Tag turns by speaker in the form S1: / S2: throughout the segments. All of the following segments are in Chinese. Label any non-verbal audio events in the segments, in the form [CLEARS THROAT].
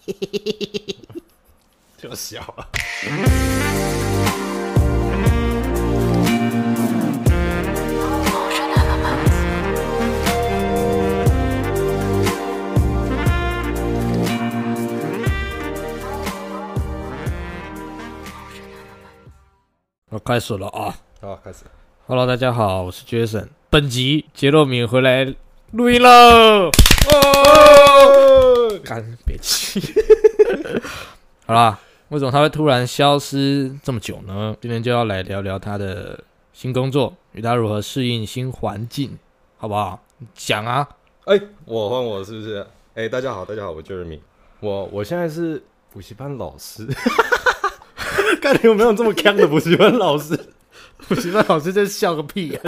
S1: [LAUGHS] 就小了。
S2: 我开始了啊
S1: 好，开始。
S2: ！Hello，大家好，我是 Jason。本集杰洛敏回来录音喽！
S1: 哦，
S2: 干，别 [LAUGHS] 气。好啦，为什么他会突然消失这么久呢？今天就要来聊聊他的新工作与他如何适应新环境，好不好？讲啊！
S1: 哎，我换我是不是？哎，大家好，大家好，我 Jeremy，我我现在是补习班老师。 [LAUGHS] 看你有没有这么坑的补习班老师？
S2: 补习班老师在笑个屁、啊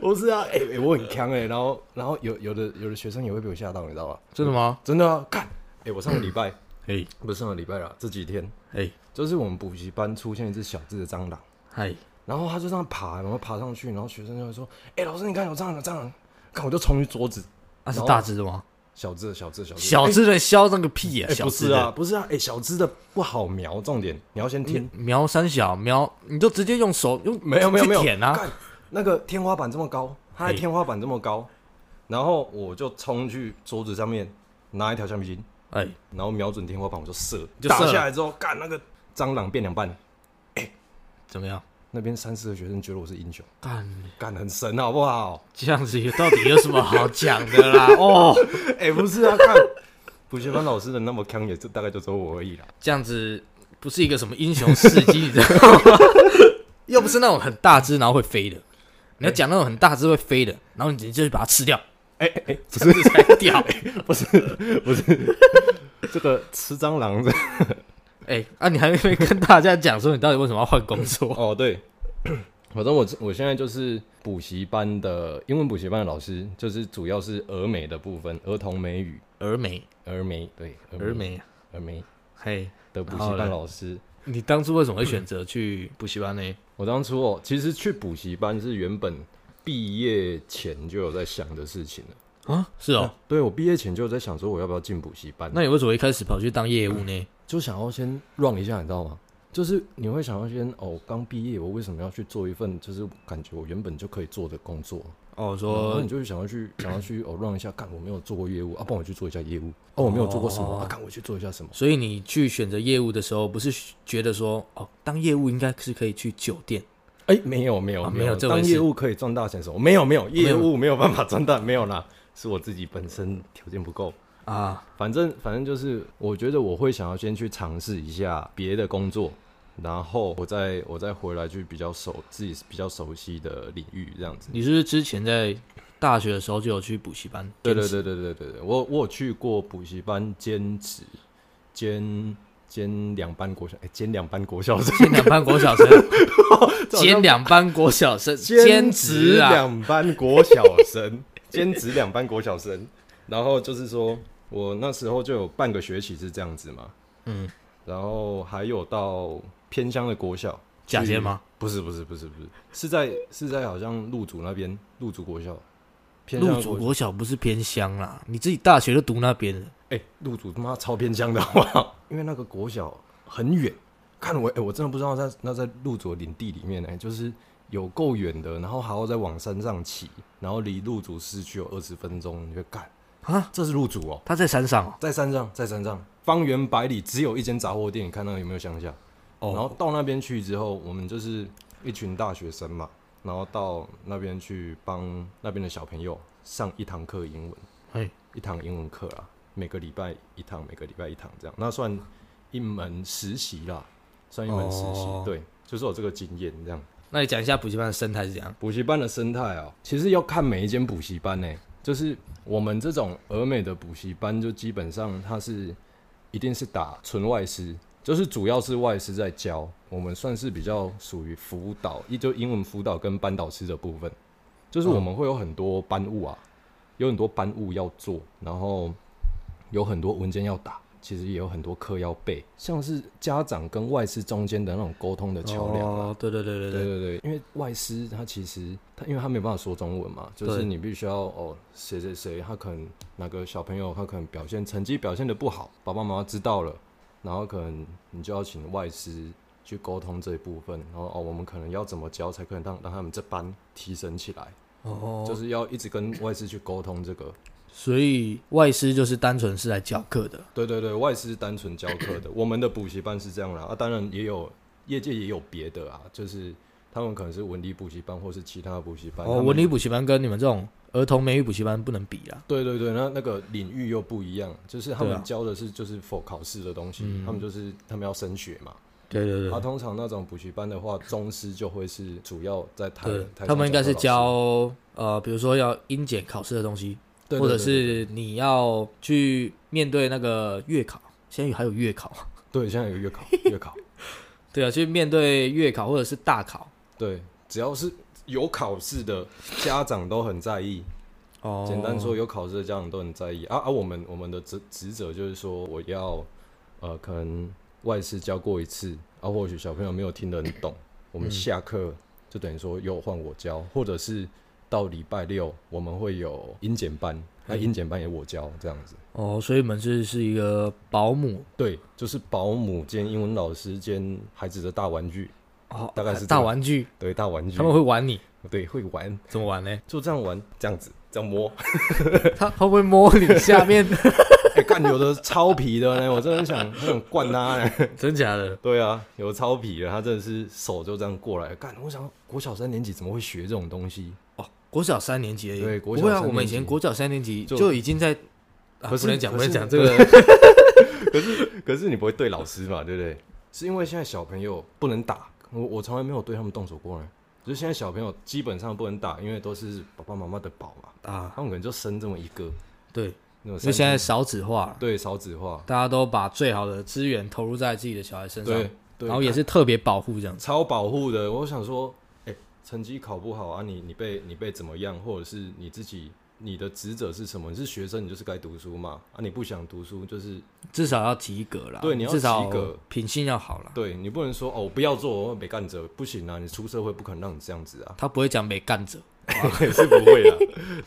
S1: 不是啊，哎、哎我很坑哎、然后然后有有的有的学生也会被我吓到，你知道吧？
S2: [LAUGHS] 真的吗？
S1: 真的啊，看，哎、我上个礼拜
S2: 嘿，
S1: 不是上个礼拜啦，这几天
S2: 嘿，
S1: 就是我们补习班出现一只小只的蟑螂，
S2: 嗨，
S1: 然后它就这样爬，然后爬上去，然后学生就会说：“哎、老师，你看有蟑螂，有蟑螂！”看我就冲去桌子，
S2: 那、啊是大只的吗？
S1: 小只的，小只的，小只的，
S2: 小只的削那个屁呀、
S1: 哎、
S2: 小
S1: 不
S2: 只
S1: 是
S2: 的。
S1: 啊，不是啊，哎、小只的不好瞄，重点你要先舔，
S2: 瞄三小瞄，你就直接用手用
S1: 嗯没有没有没有
S2: 去舔啊！
S1: 干那个天花板这么高，它的天花板这么高，然后我就冲去桌子上面拿一条橡皮筋，
S2: 哎，
S1: 然后瞄准天花板我就射，
S2: 就
S1: 打
S2: 射了
S1: 下来之后，干那个蟑螂变两半，
S2: 怎么样？
S1: 那边三四个学生觉得我是英雄，
S2: 干，
S1: 干得很神好不好？
S2: 这样子也到底有什么好讲的 [LAUGHS] 啦？哦，
S1: 哎、不是啊，看补习班老师的那么坑，也就大概就只有我而已啦。
S2: 这样子不是一个什么英雄事迹，你知道吗？嗯又不是那种很大只然后会飞的，你要讲那种很大只会飞的，然后你直接就把它吃掉，
S1: 哎哎哎，
S2: 这样子才 [LAUGHS] 屌。
S1: 不是不是， [LAUGHS] 这个吃蟑螂的
S2: 哎，啊，你还没跟大家讲说你到底为什么要换工作？
S1: 哦，对， [CLEARS THROAT] 反正我我现在就是补习班的英文补习班的老师，就是主要是俄美的部分，儿童美语，
S2: [LAUGHS] 峨眉，
S1: 俄美对，
S2: 峨眉，
S1: 俄美
S2: 嘿，
S1: 的补
S2: 然
S1: 习
S2: 后嘞
S1: 班老师。
S2: 你当初为什么会选择去补习班呢？
S1: 我当初哦，其实去补习班是原本毕业前就有在想的事情了。
S2: 啊，是哦，
S1: 对我毕业前就有在想说我要不要进补习班，
S2: 那你为什么一开始跑去当业务呢？
S1: 就想要先 run 一下，你知道吗？就是你会想要先哦，刚毕业，我为什么要去做一份就是感觉我原本就可以做的工作？然
S2: 哦，
S1: 后
S2: 说
S1: 你就会想要去想要去哦 run 一下，干我没有做过业务啊，帮我去做一下业务哦，我没有做过什么、啊，干我去做一下什么？
S2: 所以你去选择业务的时候，不是觉得说哦，当业务应该是可以去酒店，
S1: 哎，没有没有、
S2: 啊没
S1: 没
S2: 有这回
S1: 当
S2: 事哦
S1: 业务可以赚大钱什么？没有没有，业
S2: 有
S1: 务没有办法赚大，没有啦，是我自己本身条件不够。
S2: 啊，
S1: 反正反正就是，我觉得我会想要先去尝试一下别的工作，然后我再我再回来去比较熟自己比较熟悉的领域这样子。
S2: 你是不是之前在大学的时候就有去补习 [LAUGHS] 班？
S1: 对对对对对对对，我我有去过补习班兼职，兼兼两班国小，哎、兼两班国
S2: [LAUGHS]
S1: 小生，
S2: 兼两班国小生，兼两班国小生，兼职啊，
S1: 两班国小生， [LAUGHS] 兼职两班国小生。然后就是说我那时候就有半个学期是这样子嘛，
S2: 嗯，
S1: 然后还有到偏乡的国小，
S2: 假
S1: 去
S2: 睫吗？
S1: 不是不是不是不是，是在是在好像陆竹那边，陆竹国校，偏乡
S2: 入
S1: 的
S2: 主
S1: 国
S2: 国小不是偏乡啦，你自己大学就读那边的，
S1: 哎、入主他妈超偏乡的好不好？ [LAUGHS] 因为那个国小很远，看我哎、我真的不知道在那在入主领地里面呢、就是有够远的，然后还要再往山上骑，然后离入主市区有二十分钟，你就干
S2: 啊？
S1: 这是入主哦，
S2: 他在山上哦
S1: 在山上，在山上，方圆百里只有一间杂货店，你看那个有没有乡下？
S2: 哦
S1: 然后到那边去之后，我们就是一群大学生嘛，然后到那边去帮那边的小朋友上一堂课英文。
S2: 嘿，
S1: 一堂英文课啦，每个礼拜一堂，每个礼拜一堂这样，那算一门实习啦，算一门实习。
S2: 哦
S1: 对，就是有这个经验这样。
S2: 那你讲一下补习班的生态是怎样？
S1: 补习班的生态哦、其实要看每一间补习班呢、就是我们这种俄美的补习班，就基本上它是一定是打纯外师，就是主要是外师在教，我们算是比较属于辅导，也就英文辅导跟班导师的部分，就是我们会有很多班务啊，有很多班务要做，然后有很多文件要打，其实也有很多课要背，像是家长跟外师中间的那种沟通的桥梁啊。
S2: 哦，对对对对
S1: 对
S2: 对，
S1: 对对，因为外师他其实他因为他没办法说中文嘛，就是
S2: 对
S1: 你必须要哦谁谁谁他可能哪个小朋友他可能表现成绩表现的不好，爸爸妈妈知道了，然后可能你就要请外师去沟通这一部分，然后哦我们可能要怎么教才可能让让他们这班提升起来，
S2: 哦，
S1: 就是要一直跟外师去沟通这个。
S2: 所以外师就是单纯是来教课的，
S1: 对对对，外师是单纯教课的，我们的补习班是这样啦。啊，当然也有业界也有别的啊，就是他们可能是文理补习班或是其他的补习班。他
S2: 哦，
S1: 们
S2: 文理补习班跟你们这种儿童美语补习班不能比啦。
S1: 对对对，那那个领域又不一样，就是他
S2: 对啊
S1: 们教的是就是否考试的东西，
S2: 嗯
S1: 他们就是他们要升学嘛。
S2: 对对
S1: 啊，，通常那种补习班的话，宗师就会是主要在台
S2: 对，，
S1: 台上
S2: 他们应该是
S1: 教
S2: 教呃，比如说要英检考试的东西，
S1: 课老师，对对
S2: 或者
S1: 对
S2: 是你要去面对那个月考，现在有还有月
S1: [LAUGHS]
S2: 考，
S1: 对，现在有月考，月考，
S2: 对啊，去面对月考或者是大考。
S1: 对，只要是有考试的家长都很在意。
S2: 哦，
S1: 简单说，，有考试的家长都很在意啊啊！我们我们的职职责就是说，我要呃，可能外事教过一次啊，或许小朋友没有听得很
S2: [COUGHS]
S1: 懂，我们下课就等于说又换我教，或者是到礼拜六我们会有英检班，那、
S2: 嗯
S1: 英检班也我教这样子。
S2: 哦，所以你们这是一个保姆，
S1: 对，就是保姆兼英文老师兼孩子的大玩具，
S2: 哦，
S1: 大概是这
S2: 大
S1: 样
S2: 玩具，
S1: 对，大玩具
S2: 他，们会玩你，
S1: 对，会玩，
S2: 怎么玩呢？
S1: 就这样玩，这样子，这样摸。
S2: [LAUGHS] 他他会不会摸你
S1: [LAUGHS]
S2: 下面？
S1: 哎、干有的超皮的呢，我真的很想很想灌他呢。
S2: 真假的？
S1: 对啊，有超皮的，他真的是手就这样过来干。我想国小三年级怎么会学这种东西？
S2: 哦，国小三年级而已。
S1: 对国小
S2: 不会啊，
S1: 三年
S2: 我们以
S1: 级
S2: 前国小三年级
S1: 就
S2: 就已经在。啊、
S1: 可是
S2: 不能讲，
S1: 可
S2: 不能
S1: 是
S2: 讲这
S1: 对 [LAUGHS]
S2: 个。
S1: 可是你不会对老师嘛，对不对？是因为现在小朋友不能打，我我从来没有对他们动手过呢。就是现在小朋友基本上不能打，因为都是爸爸妈妈的宝嘛，
S2: 啊，
S1: 他们可能就生这么一个。
S2: 对，
S1: 那种
S2: 因为现在
S1: 三
S2: 少子化了
S1: 级，对少子化，
S2: 大家都把最好的资源投入在自己的小孩身上，
S1: 对对，
S2: 啊然后也是特别保护这样子。
S1: 超保护的。我想说，哎、成绩考不好啊，你你被你被怎么样，或者是你自己你的职责是什么？你是学生，你就是该读书嘛。啊，你不想读书，就是
S2: 至少要及格啦，
S1: 对你要
S2: 至少
S1: 及格
S2: 品性要好啦。
S1: 对你不能说哦，我不要做，我没干着，不行啊！你出社会不可能让你这样子啊， [LAUGHS]
S2: 他不会讲没干着，
S1: 是不会啦，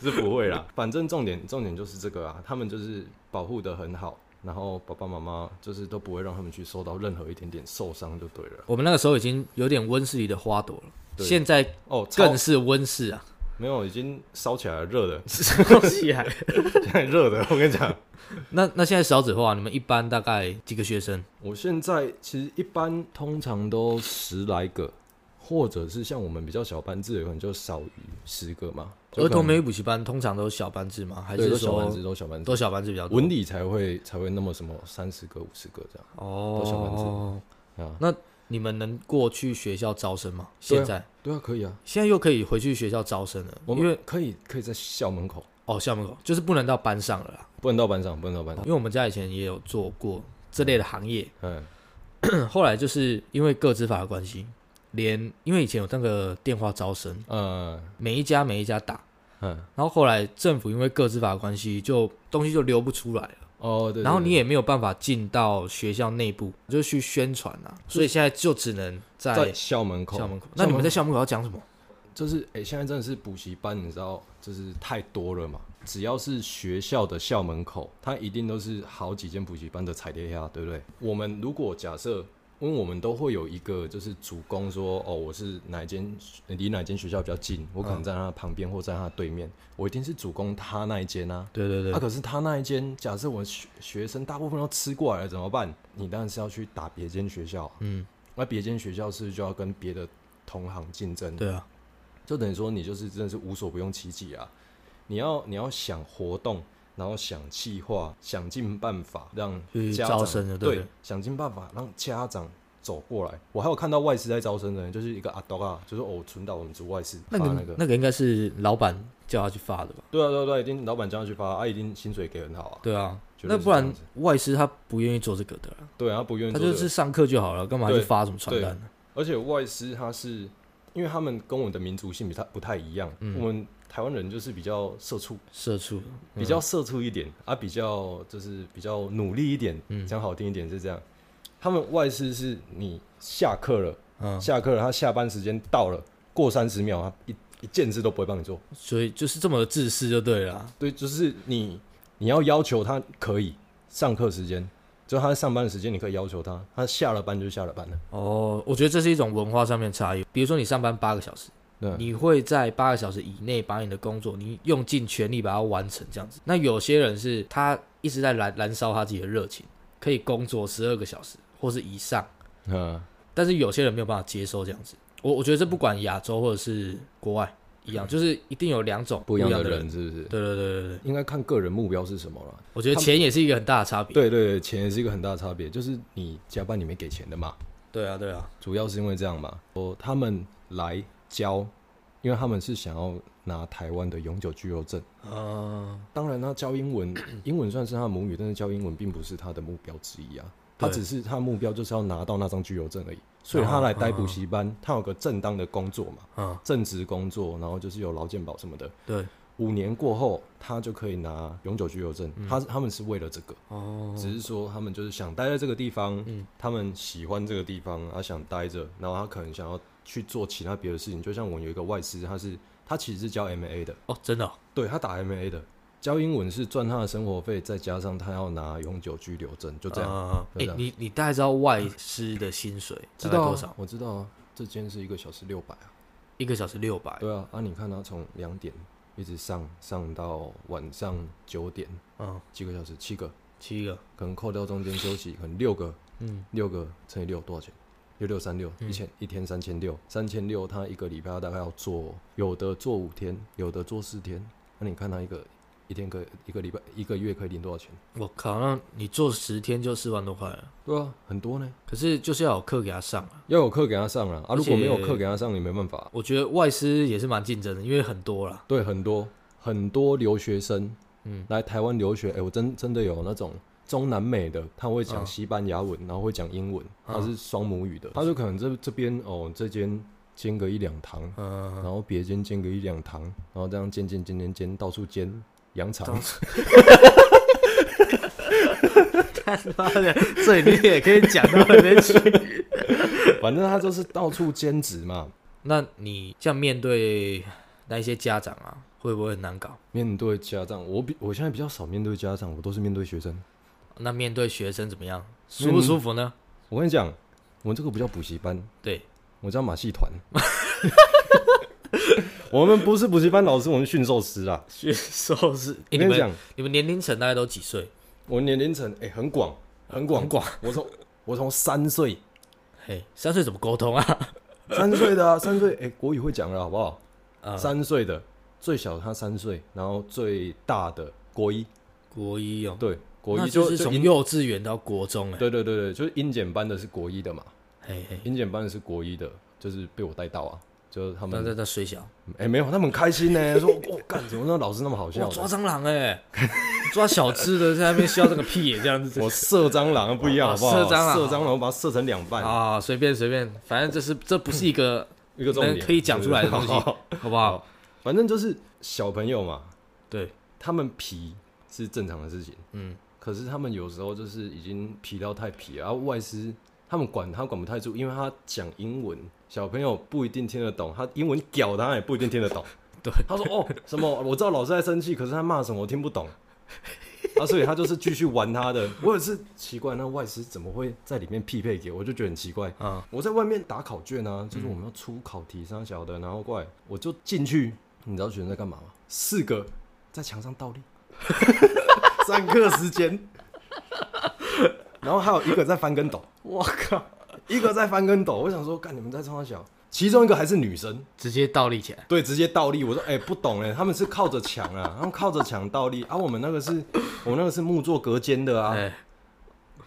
S1: 是不会啦。反正重点重点就是这个啊，他们就是保护的很好。然后爸爸妈妈就是都不会让他们去受到任何一点点受伤就对了。
S2: 我们那个时候已经有点温室里的花朵了，
S1: 对
S2: 现在
S1: 哦，超
S2: 更是温室啊，
S1: 没有，已经烧起来了，热的， [LAUGHS]
S2: 烧起
S1: 啊
S2: 来。
S1: 现在热的。我跟你讲，
S2: [LAUGHS] 那那现在少子化，你们一般大概几个学生？
S1: 我现在其实一般通常都十来个，或者是像我们比较小班制，有可能就少于十个嘛。就
S2: 儿
S1: 可
S2: 童
S1: 能
S2: 美语补习班通常都是小班制吗？还
S1: 对
S2: 是
S1: 都小班
S2: 说
S1: 制都小班制，
S2: 都小班制比较多？
S1: 文理才会才会那么什么三十个五十个这样。都小班制
S2: 哦，
S1: 啊
S2: 那你们能过去学校招生吗？
S1: 对啊
S2: 现在
S1: 对啊，可以啊，
S2: 现在又可以回去学校招生了，
S1: 我
S2: 因为
S1: 们可以可以在校门口，
S2: 哦校门口就是不能到班上了啦，
S1: 不能到班上，不能到班上。
S2: 因为我们家以前也有做过这类的行业，
S1: 嗯，
S2: 后来就是因为个资法的关系，连因为以前有那个电话招生，
S1: 呃，
S2: 每一家每一家打，
S1: 嗯，
S2: 然后后来政府因为个资法的关系，就东西就流不出来了，
S1: 哦，对。
S2: 然后你
S1: 也
S2: 也没有办法进到学校内部，就去宣传啊，所以现在就只能在
S1: 在校门口，
S2: 校门口。那你们在校门口要讲什么？
S1: 就是哎、现在真的是补习班，你知道，就是太多了嘛。只要是学校的校门口，它一定都是好几间补习班的踩贴呀，对不对？我们如果假设，因为我们都会有一个就是主攻说，哦，我是哪一间离哪间学校比较近，我可能在他旁边或在他对面，我一定是主攻他那一间啊。
S2: 对对对
S1: 啊，，可是他那一间，假设我学学生大部分都吃过来了，怎么办？你当然是要去打别间学校啊，
S2: 嗯，
S1: 那别间学校是不是就要跟别的同行竞争？
S2: 对啊，
S1: 就等于说你就是真的是无所不用其极啊！你要你要想活动，然后想计划，想尽办法让
S2: 去
S1: 家
S2: 招
S1: 长
S2: 生的对不
S1: 对
S2: 对
S1: 想尽办法让家长走过来。我还有看到外师在招生的人，就是一个阿多啊，就是哦，存到我们组外师发
S2: 那个
S1: 那个，
S2: 那个应该是老板叫他去发的吧？
S1: 对啊对啊对啊，一定老板叫他去发，啊，一定薪水给很好啊，
S2: 对啊，
S1: 绝对
S2: 那
S1: 是
S2: 不
S1: 这
S2: 然
S1: 样子
S2: 外师他不愿意做这个的啦，
S1: 对啊，他不愿意
S2: 他
S1: 做、
S2: 就
S1: 这
S2: 是
S1: 个，
S2: 上课就好了，干嘛去
S1: 对
S2: 发什么传单呢？嗯
S1: 而且外师他是因为他们跟我们的民族性比较不太一样，我们台湾人就是比较社畜，
S2: 社畜
S1: 比
S2: 嗯
S1: 较社畜一点、啊，比较就是比较努力一点，
S2: 嗯
S1: 讲好听一点是这样。他们外事是你下课了，
S2: 嗯，
S1: 下课了，他下班时间到了，过三十秒，他一一件事都不会帮你做。
S2: 所以就是这么自私就对了啊。
S1: 对，就是你你要要求他可以上课时间，就他在上班的时间，你可以要求他，他下了班就下了班了。
S2: 哦，我觉得这是一种文化上面差异。比如说你上班八个小时，
S1: 对，啊
S2: 你会在八个小时以内把你的工作，你用尽全力把它完成这样子。那有些人是他一直在燃燃烧他自己的热情，可以工作十二个小时或是以上，
S1: 嗯，
S2: 但是有些人没有办法接受这样子。我我觉得这不管亚洲或者是国外一
S1: 嗯
S2: 样，就是一定有两种
S1: 不一样的
S2: 的
S1: 人。是不是？
S2: 对对对对对，
S1: 应该看个人目标是什么了。
S2: 我觉得钱也是一个很大的差别。
S1: 对对对，钱也是一个很大的差别，就是你加班你没给钱的嘛，
S2: 对啊对啊，
S1: 主要是因为这样嘛。哦，他们来教，因为他们是想要拿台湾的永久居留证。
S2: 嗯，
S1: 当然，他教英
S2: [CLEARS THROAT]
S1: 文，英文算是他的母语，但是教英文并不是他的目标之一啊。他
S2: 对
S1: 只是他的目标就是要拿到那张居留证而已，所以
S2: 哦
S1: 他来待
S2: 嗯
S1: 补习班，他有个正当的工作嘛，
S2: 嗯，
S1: 正职工作，然后就是有劳健保什么的。
S2: 对，
S1: 五年过后，他就可以拿永久居留证。他他们是为了这个，
S2: 嗯哦，
S1: 只是说他们就是想待在这个地方，
S2: 嗯
S1: 他们喜欢这个地方，他想待着，然后他可能想要去做其他别的事情。就像我有一个外师，他是他其实是教 MA 的，
S2: 哦，真的哦、
S1: 对他打 MA 的，教英文是赚他的生活费，再加上他要拿永久居留证，就这样。
S2: 样。
S1: 就这
S2: 哎、
S1: 样
S2: 你你大概知道外师的薪水
S1: 知
S2: 大概
S1: 道啊
S2: 多少？
S1: 我知道啊，这间是一个小时六百啊。
S2: 一个小时六百。
S1: 对啊，啊，你看他从两点一直上上到晚上九点，
S2: 嗯，
S1: 几个小时，七个，
S2: 七个。
S1: 可能扣掉中间休息，可能六个，
S2: 嗯，
S1: 六个乘以六多少钱？六六三六，一千一天三千六，三千六，他一个礼拜大概要做，有的做五天，有的做四天。那你看他一个一天可一个礼拜一个月可以领多少钱？
S2: 我靠，那你做十天就四万多块了。
S1: 对啊，很多呢。
S2: 可是就是要有课给他上啊。
S1: 要有课给他上了啊，
S2: 而
S1: 如果没有
S2: 且
S1: 课给他上，你没办法、啊
S2: 我觉得外师也是蛮竞争的，因为很多啦。
S1: 对，很多很多留学生，嗯，来台湾留学，哎、我真真的有那种中南美的，他会讲西班牙文，然后会讲英文，他是双母语的，嗯他就可能这这边哦，这间兼个一两堂，
S2: 嗯，
S1: 然后别间兼个一两堂，然后这样兼兼兼兼兼到处兼羊肠，
S2: [LAUGHS] 他妈的，这里你也可以讲到那边去。
S1: [LAUGHS] [LAUGHS] 反正他就是到处兼职嘛。
S2: 那你这样面对那一些家长啊，会不会很难搞？
S1: 面对家长，我比我现在比较少面对家长，我都是面对学生。
S2: 那面对学生怎么样？舒不舒服呢？
S1: 我跟你讲，我们这个不叫补习班，
S2: 对，
S1: 我叫马戏团。 [LAUGHS] 我们不是补习班老师，我们是驯兽师啊。
S2: 学受是。
S1: 我
S2: 欸
S1: 跟
S2: 你
S1: 你讲
S2: 们，你们年龄层大概都几岁？
S1: 我年龄层哎很广，很广广。我从我从三岁，
S2: 嘿，三岁怎么沟通啊？
S1: 三岁的啊， [LAUGHS] 三岁哎、国语会讲了好不好？
S2: 啊
S1: 三岁的最小他三岁，然后最大的国一，
S2: [LAUGHS] 国一哦，
S1: 对，国
S2: 那
S1: 一
S2: 就是
S1: 就
S2: 从
S1: 英
S2: 幼稚园到国中哎、
S1: 对对对对，就是英检班的是国一的嘛，
S2: 嘿嘿，
S1: 英检班的是国一的，就是被我带到啊，就是他
S2: 那
S1: 们
S2: 那那水小，
S1: 哎、没有，他们很开心呢、说我干、怎么那老师那么好
S2: 哇
S1: 笑呢？
S2: 抓蟑螂哎、 [LAUGHS] 抓小只的在那边笑这个屁、欸，这样
S1: [LAUGHS]
S2: 子
S1: 我射蟑螂不一样，好不好？
S2: 哦射蟑螂
S1: 射蟑螂，我把它射成两半，
S2: 啊，随便随便，反正这是这不是一
S1: [LAUGHS]
S2: 个
S1: 一个重点
S2: 能可以讲出来的东西，
S1: 对对对
S2: 好不好？
S1: [LAUGHS] 反正就是小朋友嘛，
S2: 对，
S1: 他们皮是正常的事情，
S2: 嗯，
S1: 可是他们有时候就是已经皮到太皮了，然后外师他们管他管不太住，因为他讲英文，小朋友不一定听得懂，他英文屌他也不一定听得懂。
S2: [LAUGHS] 对，
S1: 他说哦什么，我知道老师在生气，可是他骂什么我听不懂。啊，所以他就是继续玩他的。我也是奇怪，那外师怎么会在里面匹配给我？我就觉得很奇怪。
S2: 啊，
S1: 我在外面打考卷啊，
S2: 嗯
S1: 就是我们要出考题啥小的，然后过来我就进去，你知道学生在干嘛吗？四个在墙上倒立， [LAUGHS] 上课时间，然后还有一个在翻跟斗，
S2: 我靠，
S1: 一个在翻跟斗。我想说，干你们在冲他小，其中一个还是女生，
S2: 直接倒立起来，
S1: 对，直接倒立。我说，哎、不懂哎，他们是靠着墙啊，他们靠着墙倒立，啊，我们那个是，我们那个是木作隔间的啊，
S2: 哎、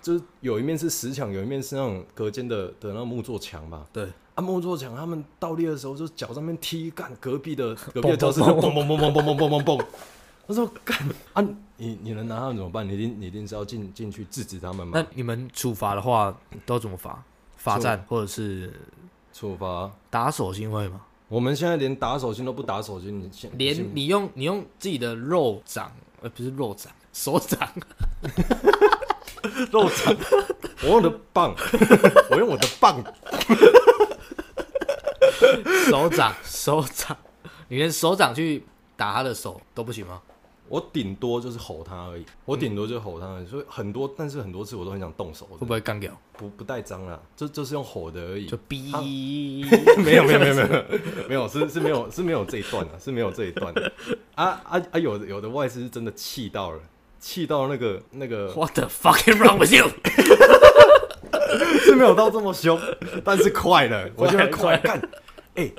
S1: 就是有一面是石墙，有一面是那种隔间的的那种木作墙吧。
S2: 对，
S1: 啊，莫作强他们倒立的时候，就脚上面踢，干隔壁 [LAUGHS] 的隔壁的教室就蹦蹦蹦蹦蹦蹦蹦蹦蹦。 [LAUGHS] 他说：“干啊，你你能拿他们怎么办？你一定你一定是要进进去制止他们嘛
S2: 那。你们处罚的话都怎么罚？罚站或者是
S1: 处罚
S2: 打手心会吗？
S1: 我们现在连打手心都不打手心，你信信
S2: 连你用你用自己的肉掌，呃，不是肉掌， [LAUGHS] 手掌，
S1: 肉掌，我用我的棒，我用我的棒，
S2: 手掌， [LAUGHS] 手掌，你连手掌去打他的手都不行吗？
S1: 我顶多就是吼他而已，我顶多就吼他而已。所以很多，但是很多次我都很想动手
S2: 会
S1: 的，
S2: 不会干掉？
S1: 不不带脏啦，就就是用吼的而已
S2: 就。逼，
S1: [LAUGHS] 没有没有没有没有没有是是没有是没有这一段啊的、是没有这一段的。啊啊啊！有的有的外事是真的气到了，气到那个那个
S2: What the fucking wrong with you？
S1: [LAUGHS] 是没有到这么凶， [LAUGHS] 但是快了，我觉得快
S2: 快
S1: 干。哎、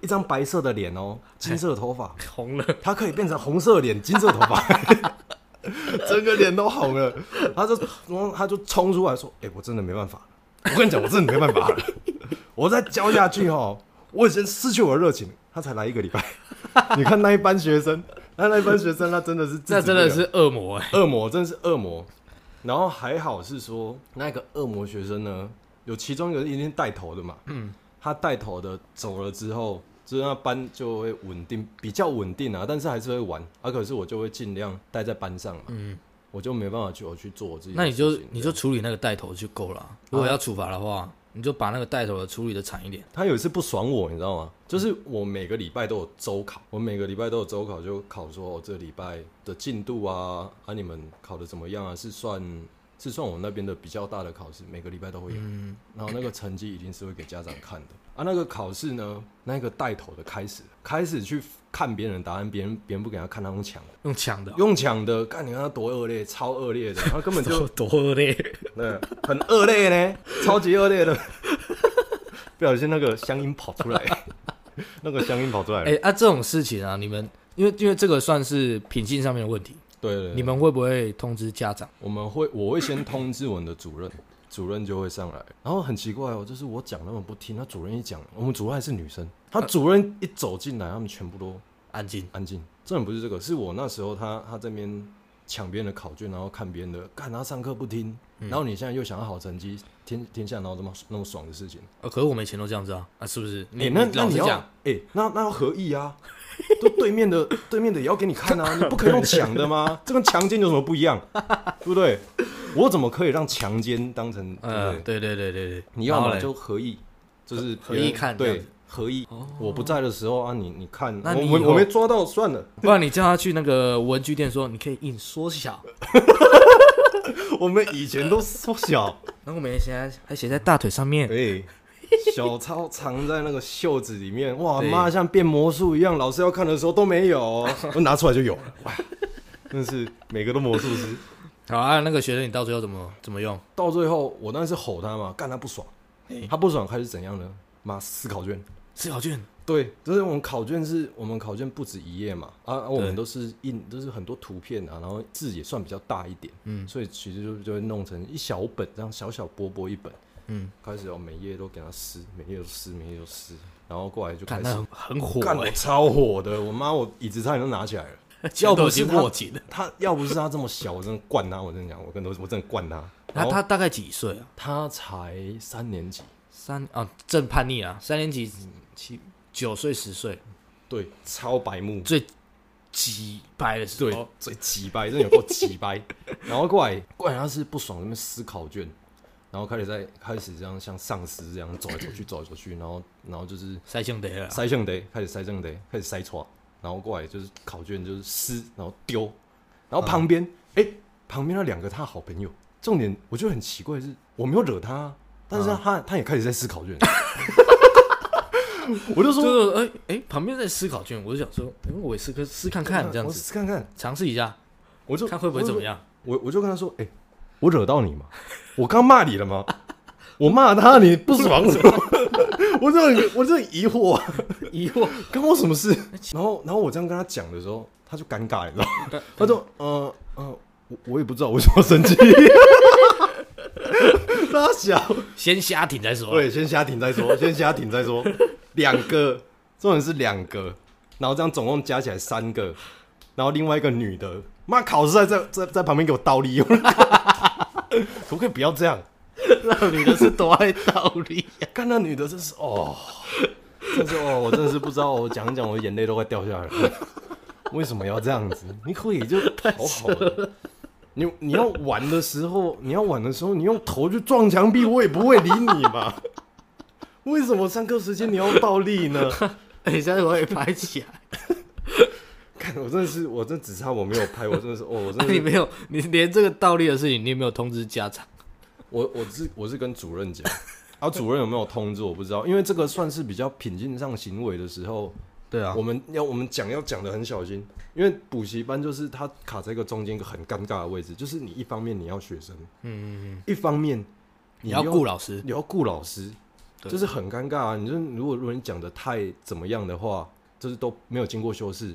S1: 一张白色的脸哦，金色的头发，
S2: [LAUGHS] 红了，
S1: 他可以变成红色脸、金色头发， [LAUGHS] 整个脸都红了。他就然后他就冲出来说：“哎、我真的没办法了，我跟你讲，我真的没办法了，我再教下去哦，我已经失去我的热情。”他才来一个礼拜，你看那一班学生，那那一班学生，他真的是自
S2: 那
S1: 己
S2: 真的
S1: 不了
S2: 是恶魔哎、
S1: 恶魔，真的是恶魔。然后还好是说那个恶魔学生呢，有其中一个一定带头的嘛，嗯，他带头的走了之后，就是那班就会稳定，比较稳定啊，但是还是会玩啊。可是我就会尽量待在班上嘛，嗯，我就没办法去我去做我自己的
S2: 那你
S1: 事情。
S2: 就你就处理那个带头就够了啊、如果要处罚的话，你就把那个带头的处理的惨一点。
S1: 他有一次不爽我，你知道吗？就是我每个礼拜都有周考，我每个礼拜都有周考，就考说我、哦、这礼拜的进度啊，啊你们考的怎么样啊？是算是算我那边的比较大的考试，每个礼拜都会有。然后那个成绩一定是会给家长看的啊。那个考试呢，那个带头的开始开始去看别人的答案，别人别人不给他看，他用抢的，
S2: 用抢的哦、
S1: 用抢的，看你看他多恶劣，超恶劣的，他根本就
S2: 多多嘞！
S1: 对，很恶劣呢，超级恶
S2: [LAUGHS]
S1: 劣的。不小心那个乡音跑出来，
S2: [LAUGHS]
S1: 那个乡音跑出来了。
S2: 哎、啊，这种事情啊，你们因为因为这个算是品性上面的问题，
S1: 对对
S2: 你
S1: 对，
S2: 们会不会通知家长？
S1: 我们会，我会先通知我们的主任，主任就会上来。然后很奇怪哦，就是我讲他们不听，他主任一讲，我们主任还是女生，他主任一走进来，他们全部都
S2: 安静，
S1: 安静。重点不是这个，是我那时候他他这边抢别人的考卷，然后看别人的，看他上课不听，
S2: 嗯
S1: 然后你现在又想要好成绩，天天下哪有这么那么爽的事情？
S2: 呃，可是我们以前都这样子啊，啊，是不是？
S1: 欸那那
S2: 老
S1: 你
S2: 实
S1: 要
S2: 讲，
S1: 哎、那那要合意啊，就对面的对面的也要给你看啊，你不可以用抢的吗？这跟强奸有什么不一样？对不对？我怎么可以让强奸当成对不对？
S2: 呃，对对对对对，
S1: 你要
S2: 然后
S1: 么
S2: 嘞
S1: 就合意，就是
S2: 合合
S1: 别人
S2: 意看这样
S1: 对
S2: 子哦
S1: 合意。我不在的时候啊，你你看，
S2: 那
S1: 我
S2: 你以
S1: 我
S2: 后
S1: 我没抓到，算了，
S2: 不然你叫他去那个文具店说，你可以印缩小。
S1: 我们以前都缩小，
S2: 然后我们现在还写在大腿上面，
S1: 哎。小抄藏在那个袖子里面，哇
S2: 对
S1: 妈，像变魔术一样，老师要看的时候都没有，我拿出来就有了，哇，真是每个都魔术师。
S2: 好啊，那个学生你到最后怎么怎么用？
S1: 到最后，我当然是吼他嘛，干他不爽，他不爽开始怎样呢？妈撕考卷。
S2: 思考卷，
S1: 对，就是我们考卷是我们考卷不止一页嘛，啊，啊我
S2: 对
S1: 们都是印，都是很多图片啊，然后字也算比较大一点，嗯，所以其实就就会弄成一小本，这样小小薄薄一本，
S2: 嗯，
S1: 开始我哦每页都给他撕，每页都撕，每页都撕，然后过来就
S2: 干
S1: 开
S2: 那
S1: 始
S2: 很很火
S1: 干，我
S2: 欸
S1: 超火的，我妈我椅子差点都拿起来了。
S2: [LAUGHS] 要不
S1: 都已
S2: 是
S1: 经
S2: 握
S1: 握
S2: 紧了。
S1: 他要不是他这么小，我真的灌他，我真的讲，我跟都我真的灌他。
S2: 那
S1: 然后
S2: 他大概几岁啊？
S1: 他才三年级，
S2: 三啊，正叛逆啊，三年级七九岁十岁
S1: 对，超白目，
S2: 最急掰的时
S1: 对，
S2: 候，
S1: 最鸡掰，真的有够鸡
S2: [LAUGHS]
S1: 掰。然后过来，过来他是不爽，那边撕考卷，然后开始在开始这样像丧尸这样走来走去，走来走去，然后然后就是
S2: 塞性得了啊，
S1: 塞正得，开始塞正得，开始塞错，然后过来就是考卷就是撕，然后丢，然后旁边哎、旁边那两个他好朋友，重点我觉得很奇怪的是我没有惹他啊，但是他、他也开始在撕
S2: [LAUGHS]
S1: 考卷。我就说，
S2: 就是哎哎、旁边在思考卷，我就想说，哎我也试个试看看这样
S1: 我
S2: 子，
S1: 试看看，
S2: 尝试一下，
S1: 我就
S2: 看会不会
S1: 我就
S2: 怎么样。
S1: 我我就跟他说，哎、我惹到你吗？ [LAUGHS] 我刚骂你了吗？我骂他，你不 [LAUGHS] 爽什么？我这很我这很疑惑、啊，
S2: 疑惑，
S1: 关我什么事？ [LAUGHS] 然后然后我这样跟他讲的时候，他就尴尬，你知道 [LAUGHS] 吗？他说，呃呃，我我也不知道为什么要生气。 [LAUGHS] 他小，
S2: 先瞎挺再说。
S1: 对，先瞎停再 [LAUGHS] 说，先瞎停再说，两个，重点是两个，然后这样总共加起来三个，然后另外一个女的，妈考试还在在在旁边给我倒 [LAUGHS] 立，可不可以不要这样？
S3: 啊
S1: [LAUGHS]
S2: 那女的是多爱道理、
S1: 看那女的真是哦， [LAUGHS] 就是哦，我真的是不知道，我讲一讲，我眼泪都快掉下来了。 [LAUGHS] 为什么要这样子？你可以就好好的。你你要玩的时候，你要玩的时候，你用头去撞墙壁，我也不会理你嘛。 [LAUGHS] 为什么上课时间你要倒立呢？ [LAUGHS]
S3: 哎、下次我也拍起来。
S1: 看，我真的是，我真的只差我没有拍，我真的是，哦，我真的
S3: [LAUGHS] 你
S1: 是，
S3: 没有，你连这个倒立的事情，你也没有通知家长。
S1: 我我是我是跟主任讲，啊，主任有没有通知我不知道，因为这个算是比较品性上行为的时候，
S2: 对啊
S1: 我，们要我们讲要讲的很小心，因为补习班就是它卡在一个中间一个很尴尬的位置，就是你一方面你要学生，嗯嗯嗯，一方面
S3: 你要
S1: 又
S3: 顾老师，
S1: 你要顾老师，
S3: 对
S1: 就是很尴尬啊。你就是如果如果你讲的太怎么样的话，就是都没有经过修饰，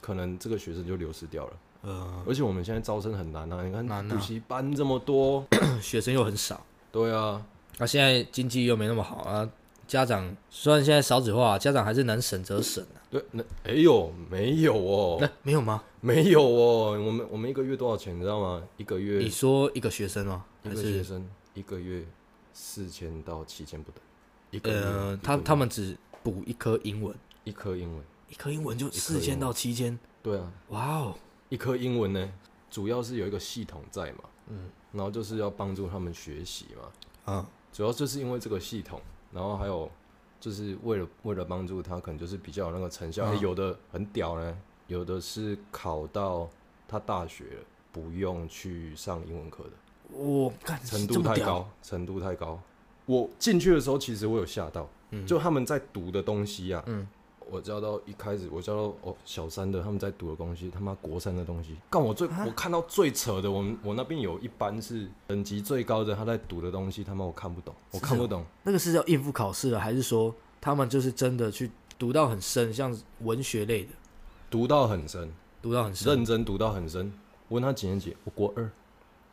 S1: 可能这个学生就流失掉了。
S3: 呃，
S1: 而且我们现在招生很难啊，你看
S3: 难啊
S1: 补习班这么多，
S3: [LAUGHS] [COUGHS] 学生又很少。
S1: 对啊，
S2: 那、现在经济又没那么好啊，家长虽然现在少子化，家长还是能省则省啊。
S1: 对，那哎呦没有哦，
S3: 那、没有吗？
S1: 没有哦，我们我们一个月多少钱你知道吗？一个月
S3: 你说一个学生吗？
S1: 一
S3: 还
S1: 个学
S3: 是
S1: 生一个月四千到七千不等，一个月
S2: 呃
S1: 一
S3: 呃，
S1: 个
S3: 他
S1: 月
S3: 他们只补一科英文，
S1: 一科英文，
S3: 一科英文就
S1: 科英
S3: 四
S1: 文
S3: 千到七千，
S1: 对啊，
S3: 哇哦！
S1: 一科英文呢，主要是有一个系统在嘛，嗯，然后就是要帮助他们学习嘛，
S3: 啊，
S1: 主要就是因为这个系统，然后还有就是为了为了帮助他，可能就是比较有那个成
S3: 啊
S1: 效，哎诶有的很屌呢，有的是考到他大学了不用去上英文课的。
S3: 我看
S1: 程度太，高，程度太高。嗯我进去的时候，其实我有吓到，就他们在读的东西啊，我教到一开始，我教到哦小三的他们在读的东西，他妈国三的东西，干我最我看到最扯的，我们我那边有一班是等级最高的，他在读的东西，他妈我看不懂，我看不懂，
S3: 那个是要应付考试的，还是说他们就是真的去读到很深，像文学类的，
S1: 读到很深，
S3: 读到很深？
S1: 认真读到很深。我问他几年级？我国二，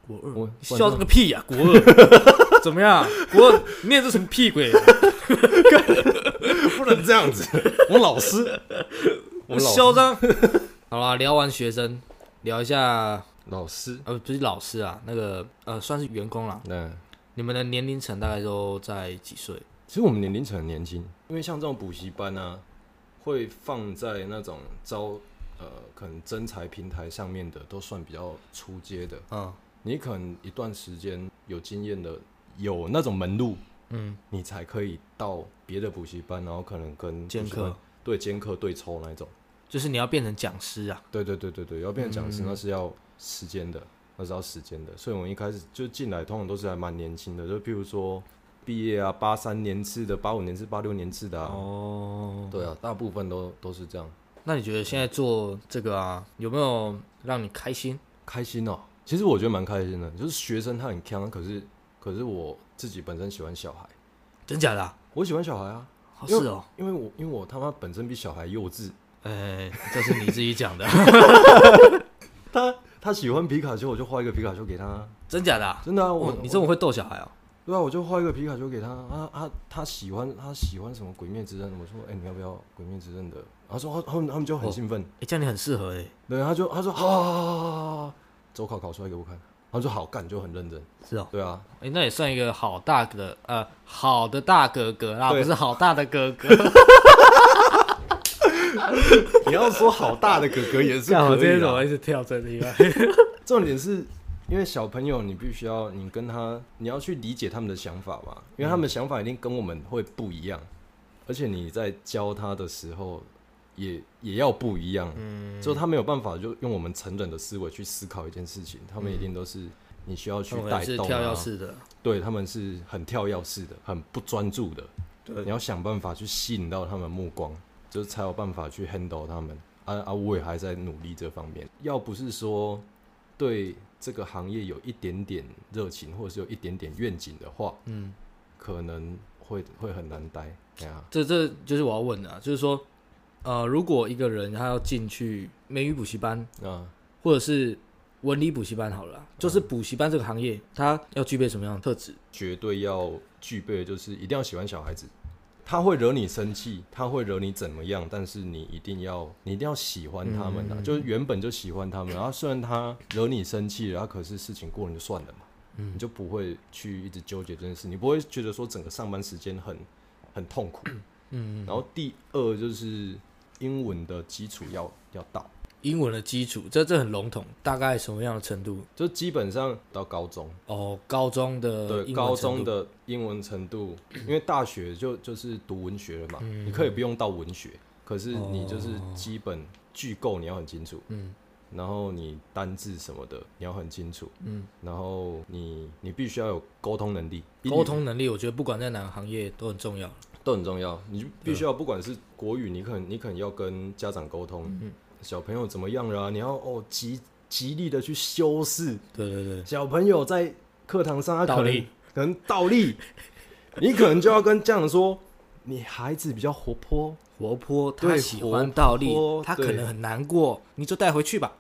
S3: 国
S1: 我
S3: 二，你
S1: 不然
S3: 笑
S1: 呢
S3: 这个屁呀、国二
S2: [LAUGHS]
S3: 怎么样？国二你念这什么屁鬼？
S1: [LAUGHS] 不能这样子。我老师，我老
S3: 嚣张！
S2: 好啦，聊完学生，聊一下
S1: [LAUGHS] 老师，
S2: 呃不是老师啊，那个呃算是员工啦。
S1: 那
S2: 你们的年龄层大概都在几岁？
S1: 其实我们年龄层很年轻，因为像这种补习班啊，会放在那种招呃可能征才平台上面的，都算比较初阶的。
S2: 嗯，
S1: 你可能一段时间有经验的，有那种门路，嗯，你才可以到别的补习班，然后可能跟
S2: 兼
S1: 补习班
S2: 课
S1: 对兼课对抽那一种。
S2: 就是你要变成讲师啊。
S1: 对对对对对，要变成讲师那是要呃时间的，那是要时间的。所以我们一开始就进来，通常都是还蛮年轻的，就譬如说毕业啊，八三年次的、八五年次、八六年次的啊，
S2: 哦，
S1: 对啊，大部分都都是这样，
S2: 那你觉得现在做这个啊，有没有让你开心？
S1: 开心哦。其实我觉得蛮开心的，就是学生他很强，可是可是我自己本身喜欢小孩，
S2: 真假的、啊？
S1: 我喜欢小孩啊，
S2: 好是
S1: 因为
S2: 哦，
S1: 因为我因为我他妈本身比小孩幼稚，
S2: 哎、这是你自己讲的，
S1: 他他喜欢皮卡丘，我就画一个皮卡丘给他啊，
S2: [LAUGHS] 真假的、啊？
S1: 真的啊，我、
S2: 哦，你这么会逗小孩哦、
S1: 对啊，我就画一个皮卡丘给他啊啊，他喜欢他喜欢什么鬼灭之刃，我说哎、你要不要鬼灭之刃的？他说他他们他们就很兴奋，
S2: 哎、这样你很适合哎、
S1: 对，他就他说好好好好好好好好，周考考出来给我看，他说好干就很认真，
S2: 是哦、
S1: 对啊，
S2: 哎、那也算一个好大的呃，好的大哥哥啦，
S1: 对
S2: 不是好大的哥 [LAUGHS] 哥。
S1: 你要说好大的哥哥也是
S2: 我
S1: 可以
S2: 怎么
S1: 的。
S2: 一直跳这 [LAUGHS] 里外？
S1: 重点是因为小朋友，你必须要你跟他，你要去理解他们的想法嘛，因为他们的想法一定跟我们会不一样，而且你在教他的时候也也要不一样。嗯，就他没有办法就用我们成人的思维去思考一件事情，他们一定都是你需要去
S2: 他们可
S1: 带
S2: 能是
S1: 动
S2: 跳
S1: 啊
S2: 跃，式的，
S1: 对他们是很跳跃式的，很不专注的。
S2: 对
S1: 你要想办法去吸引到他们目光，就是才有办法去 handle 他们。啊啊，我也还在努力这方面。要不是说对这个行业有一点点热情，或者是有一点点愿景的话，
S2: 嗯，
S1: 可能会会很难待。对啊，
S2: 这这就是我要问的、啊，就是说，呃，如果一个人他要进去美语补习班，
S1: 啊，
S2: 或者是文理补习班好了啦，就是补习班这个行业，他要具备什么样的特质？
S1: 绝对要具备的就是一定要喜欢小孩子。他会惹你生气，他会惹你怎么样？但是你一定要，你一定要喜欢他们
S4: 嗯
S1: 啊！就是原本就喜欢他们，然后虽然他惹你生气了，然后可是事情过了就算了嘛，
S4: 嗯
S1: 你就不会去一直纠结这件事，你不会觉得说整个上班时间很很痛苦，
S4: 嗯，
S1: 然后第二就是英文的基础要要到，
S4: 英文的基础，这这很笼统。
S2: 大概什么样的程度？
S1: 就基本上到高中，
S2: 哦，高中的英
S1: 对
S2: 文
S1: 高
S2: 程
S1: 中
S2: 度
S1: 的英文程
S2: [CLEARS THROAT]
S1: 度，因为大学就就是读文学了嘛，
S2: 嗯
S1: 你可以不用到文学，可是你就是基本句构你要很清楚，
S4: 嗯，
S1: 然后你单字什么的你要很清楚，
S4: 嗯，
S1: 然后你你必须要有沟通能力，英语
S2: 沟通能力，我觉得不管在哪个行业都很重要。
S1: 都很重要，你就必须要不管是国语，你可能你可能要跟家长沟通，
S2: 嗯
S1: 小朋友怎么样了啊、你要哦极极力的去修饰
S2: 对对对，
S1: 小朋友在课堂上他可
S4: 倒
S1: 能
S4: 立
S1: 可能倒立，你可能就要跟家长说，你孩子比较活泼，
S2: 活泼，他
S1: 对
S2: 喜欢倒立
S1: 活，泼
S2: 他可
S1: 对
S2: 能很难过，你就带回去吧，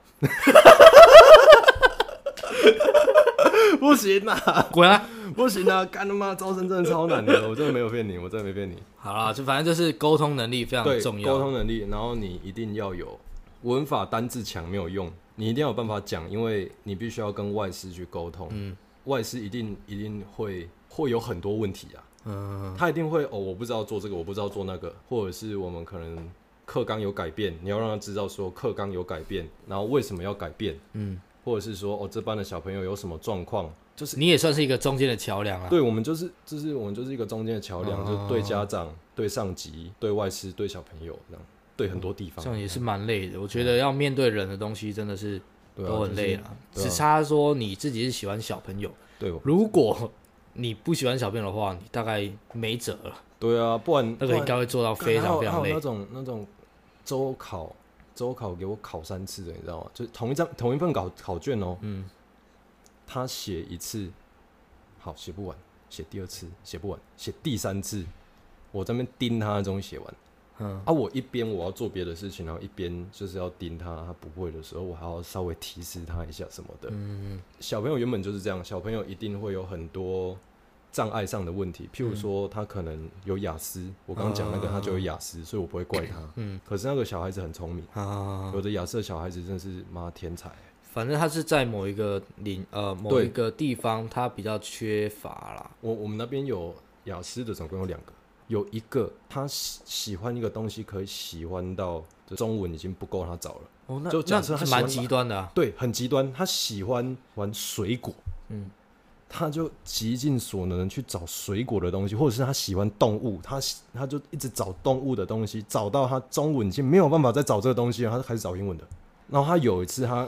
S1: 不行
S2: [LAUGHS]
S1: 啊，
S4: 滚啊！
S1: 不行啊，干他妈招生真的超难 [LAUGHS] 的，我真的没有骗你，我真的没骗你，
S2: 好啦，就反正就是沟通能力非常
S1: 对，
S2: 重
S1: 沟
S2: 要。
S1: 通能力，然后你一定要有文法单字强没有用，你一定要有办法讲，因为你必须要跟外师去沟通，嗯，外师一定一定会会有很多问题啊，
S2: 嗯，
S1: 他一定会哦，我不知道做这个，我不知道做那个，或者是我们可能课纲有改变，你要让他知道说课纲有改变，然后为什么要改变，
S2: 嗯，啊
S1: 或者是说哦这班的小朋友有什么状况，就是
S2: 你也算是一个中间的桥梁啊。
S1: 对我们就是就是我们就是一个中间的桥梁，
S2: 哦
S1: 就对家长、对上级、对外师、对小朋友这样，对很多地
S2: 这
S1: 方，
S2: 样也是蛮累的，我觉得要面对人的东西真的是
S1: 对啊
S2: 都很累了，
S1: 就是对啊
S2: 只差说你自己是喜欢小朋友，
S1: 对哦
S2: 如果你不喜欢小朋友的话，你大概没辙了，
S1: 对啊，不然
S2: 那
S1: 不
S2: 个
S1: 然
S2: 应该会做到
S1: 干
S2: 非
S1: 还有
S2: 常非常
S1: 还有
S2: 累
S1: 那。种那种周考周考给我考三次的，你知道吗？就是同一张同一份考考卷哦，
S2: 嗯，
S1: 他写一次，好写不完，写第二次写不完，写第三次，我在那边盯他，终于写完。
S2: 嗯，
S1: 啊，我一边我要做别的事情，然后一边就是要盯他，他不会的时候，我还要稍微提示他一下什么的。
S2: 嗯，
S1: 小朋友原本就是这样，小朋友一定会有很多障碍上的问题，譬
S2: 嗯
S1: 如说他可能有雅思，我刚刚讲那个他就有雅思，所以我不会怪他。
S2: 啊嗯，
S1: 可是那个小孩子很聪明，
S2: 啊，
S1: 有的雅思的小孩子真的是妈天才。
S2: 反正他是在某一个领呃某
S1: 对
S2: 一个地方，他比较缺乏啦。
S1: 我我们那边有雅思的，总共有两个，有一个他喜喜欢一个东西，可以喜欢到就中文已经不够他找了。
S2: 哦，那
S1: 就假设
S2: 那
S1: 他
S2: 是
S1: 喜欢
S2: 蛮极端的啊。
S1: 对，很极端，他喜欢玩水果，
S2: 嗯，
S1: 他就极尽所能去找水果的东西，或者是他喜欢动物，他喜他就一直找动物的东西，找到他中文已经没有办法再找这个东西了，他就开始找英文的。然后他有一次他，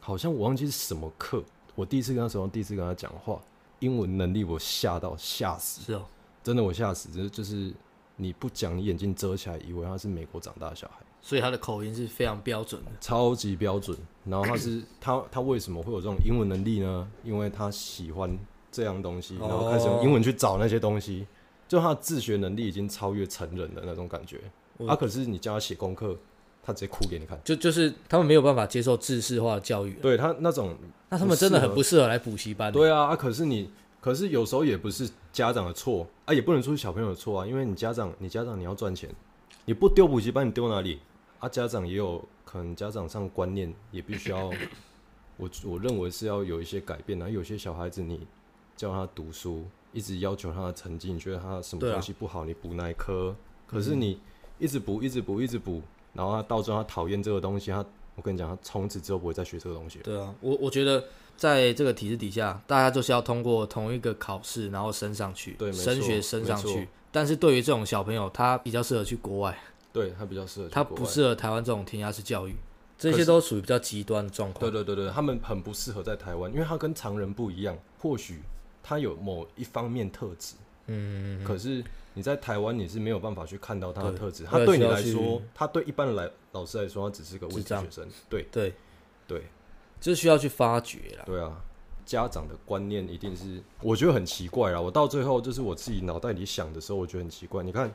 S1: 好像我忘记是什么课，我第一次跟他说，第一次跟他讲话，英文能力我吓到吓死，
S2: 是哦，
S1: 真的我吓死，就是就是你不讲，你眼睛遮起来，以为他是美国长大的小孩。
S2: 所以他的口音是非常标准的。
S1: 超级标准。然后他是他他为什么会有这种英文能力呢？因为他喜欢这样东西，
S2: 哦
S1: 然后开始用英文去找那些东西，就他的自学能力已经超越成人的那种感觉。
S2: 我
S1: 啊，可是你叫他写功课，他直接哭给你看。
S2: 就就是他们没有办法接受制式化的教育，
S1: 对他那种，
S2: 那他们真的很不适合来补习班。
S1: 对啊啊，可是你，可是有时候也不是家长的错啊，也不能说是小朋友的错啊，因为你家长，你家长你要赚钱，你不丢补习班，你丢哪里？啊，家长也有可能家长上观念也必须 [LAUGHS] 要，我我认为是要有一些改变的、啊。有些小孩子你叫他读书，一直要求他的成绩，你觉得他什么
S2: 对啊
S1: 东西不好，你补哪一科，可是你一直补，一直补，一直补，然后他到最后他讨厌这个东西，他我跟你讲，他从此之后不会再学这个东西了。
S2: 对啊，我我觉得在这个体制底下，大家就是要通过同一个考试，然后升上去，
S1: 对没错
S2: 升学升上
S1: 没
S2: 去
S1: 错。
S2: 但是对于这种小朋友，他比较适合去国外，
S1: 对他比较适合去
S2: 他
S1: 国
S2: 不
S1: 外
S2: 适合台湾这种填鸭式教育，这
S1: 可
S2: 些
S1: 是
S2: 都属于比较极端的状
S1: 对
S2: 况。
S1: 对对对，他们很不适合在台湾，因为他跟常人不一样，或许他有某一方面特质，
S2: 嗯，
S1: 可是你在台湾你是没有办法去看到他的
S2: 对
S1: 特质。
S2: 他
S1: 他
S2: 也
S1: 对
S2: 需
S1: 你
S2: 要
S1: 来
S2: 去
S1: 说，他对一般的来老师来说，他只是个问
S2: 智
S1: 题
S2: 障
S1: 学生。对
S2: 对，
S1: 对
S2: 这需要去发掘啦。
S1: 对啊，家长的观念一定是，我觉得很奇怪啊。我到最后就是我自己脑袋里想的时候，我觉得很奇怪。你看，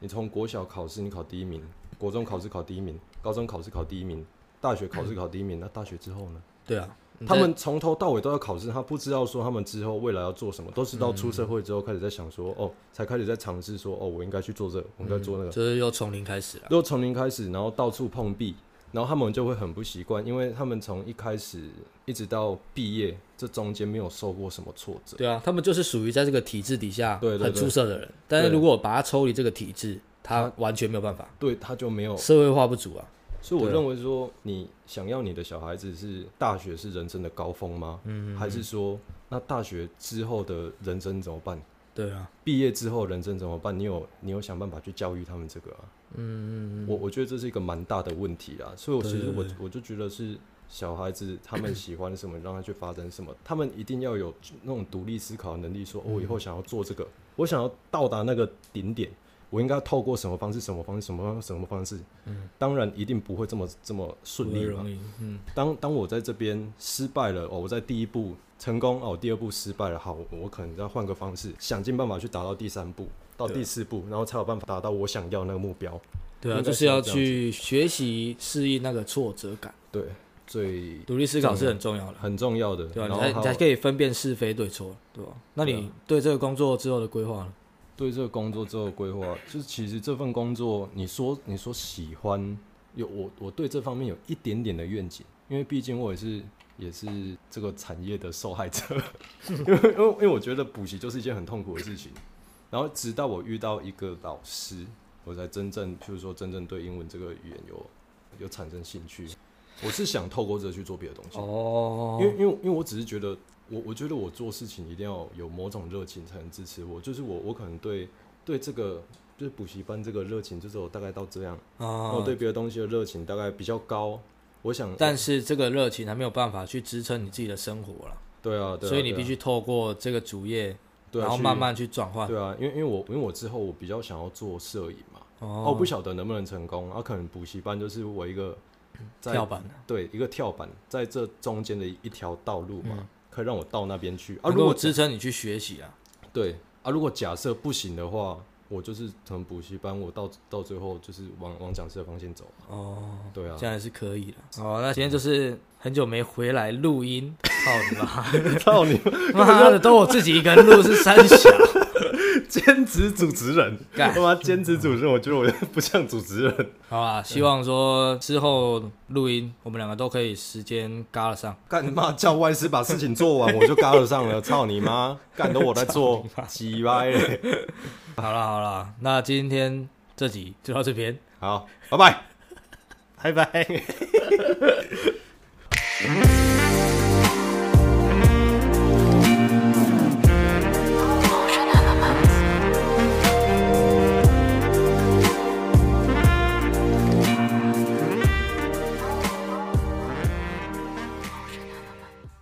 S1: 你从国小考试你考第一名，国中考试考第一名，高中考试考第一名，大学考试考第一名，那大学之后呢？
S2: 对啊，你
S1: 他
S2: 在
S1: 们从头到尾都要考试，他不知道说他们之后未来要做什么，都是到出社会之后开始在想说，哦，才开始在尝试说，哦，我应该去做这个，我应该做那个，
S2: 就是又从零开始了。
S1: 都从零开始，然后到处碰壁，然后他们就会很不习惯，因为他们从一开始一直到毕业，这中间没有受过什么挫折，
S2: 对啊，他们就是属于在这个体制底下
S1: 对对
S2: 很
S1: 对
S2: 出色的人，但是
S1: 对
S2: 如果把他抽离这个体制，他完全没有办法，
S1: 对他就没有。
S2: 社会化不足啊。
S1: 所以我
S2: 对啊
S1: 认为说，你想要你的小孩子是大学是人生的高峰吗？
S2: 嗯，
S1: 还是说，那大学之后的人生怎么办？
S2: 对啊，
S1: 毕业之后人生怎么办？你有你有想办法去教育他们这个啊？嗯嗯嗯，我我觉得这是一个蛮大的问题啦。所以我其实
S2: 对
S1: 我
S2: 对对
S1: 我就觉得是小孩子他们喜欢什么，让他去发展什么，他们一定要有那种独立思考的能力说、哦我以后想要做这个，我想要到达那个顶点，我应该透过什么方式、什么方式、什么方式什么方式？嗯，当然一定不会这么这么顺
S2: 不会
S1: 利嘛。
S2: 容易，嗯，
S1: 当当我在这边失败了，哦，我在第一步成功，哦，我第二步失败了，好，我我可能再换个方式，想尽办法去达到第三步，到
S2: 对啊
S1: 第四步，然后才有办法达到我想要那个目标。
S2: 对啊，
S1: 应该
S2: 就是要
S1: 是这样子
S2: 去学习适应那个挫折感，
S1: 对，最
S2: 独立思考是很重要的，
S1: 很重要的。
S2: 对吧、啊
S1: 然后
S2: 你才你
S1: 还
S2: 才
S1: 有
S2: 可以分辨是非对错，对吧、啊那
S1: 对啊
S2: 你对这个工作之后的规划呢？
S1: 对这个工作之后的规划，就是其实这份工作，你说你说喜欢，有我我对这方面有一点点的愿景，因为毕竟我也是也是这个产业的受害者， [LAUGHS] 因为因为因为我觉得补习就是一件很痛苦的事情，然后直到我遇到一个老师，我才真正譬如说真正对英文这个语言有有产生兴趣，我是想透过这去做别的东西，
S2: 哦
S1: 因为因为因为我只是觉得，我我觉得我做事情一定要有某种热情才能支持我，就是我我可能对对这个就是补习班这个热情，就是我大概到这样，然后
S2: 啊，
S1: 哦对别的东西的热情大概比较高。我想，
S2: 但是这个热情还没有办法去支撑你自己的生活了，
S1: 对啊，对啊
S2: 所以你
S1: 对啊
S2: 必须透过这个主业，
S1: 对啊
S2: 然后
S1: 去
S2: 慢慢去转换。
S1: 对啊，因为因为我因为我之后我比较想要做摄影嘛，哦，我
S2: 哦，
S1: 不晓得能不能成功，然后可能补习班就是我一个在
S2: 嗯跳板
S1: 对一个跳板，在这中间的一条道路嘛，
S2: 嗯
S1: 可以让我到那边去啊。
S2: 能
S1: 如果
S2: 够支撑你去学习啊，
S1: 对啊，如果假设不行的话，我就是从补习班，我到到最后就是往往讲师的方向走。
S2: 哦，
S1: 对啊
S2: 这，样还是可以的。哦，那今天就是很久没回来
S1: [LAUGHS]
S2: 录音，操你妈！
S1: 操你
S2: 妈的，都我自己一个人录是三
S1: [LAUGHS]
S2: 小，
S1: 兼职主持 [LAUGHS] 人，
S2: 干
S1: 他妈兼职主持人，我觉得我不像主持人。
S2: 好吧？希望说之后录音，我们两个都可以时间嘎了上。
S1: 干你妈叫外师把事情做完，我就嘎了上了。操你妈，干都我在做，鸡歪嘞。
S2: 好啦好啦，那今天这集就到这边，
S1: 好，拜拜。
S2: 拜拜。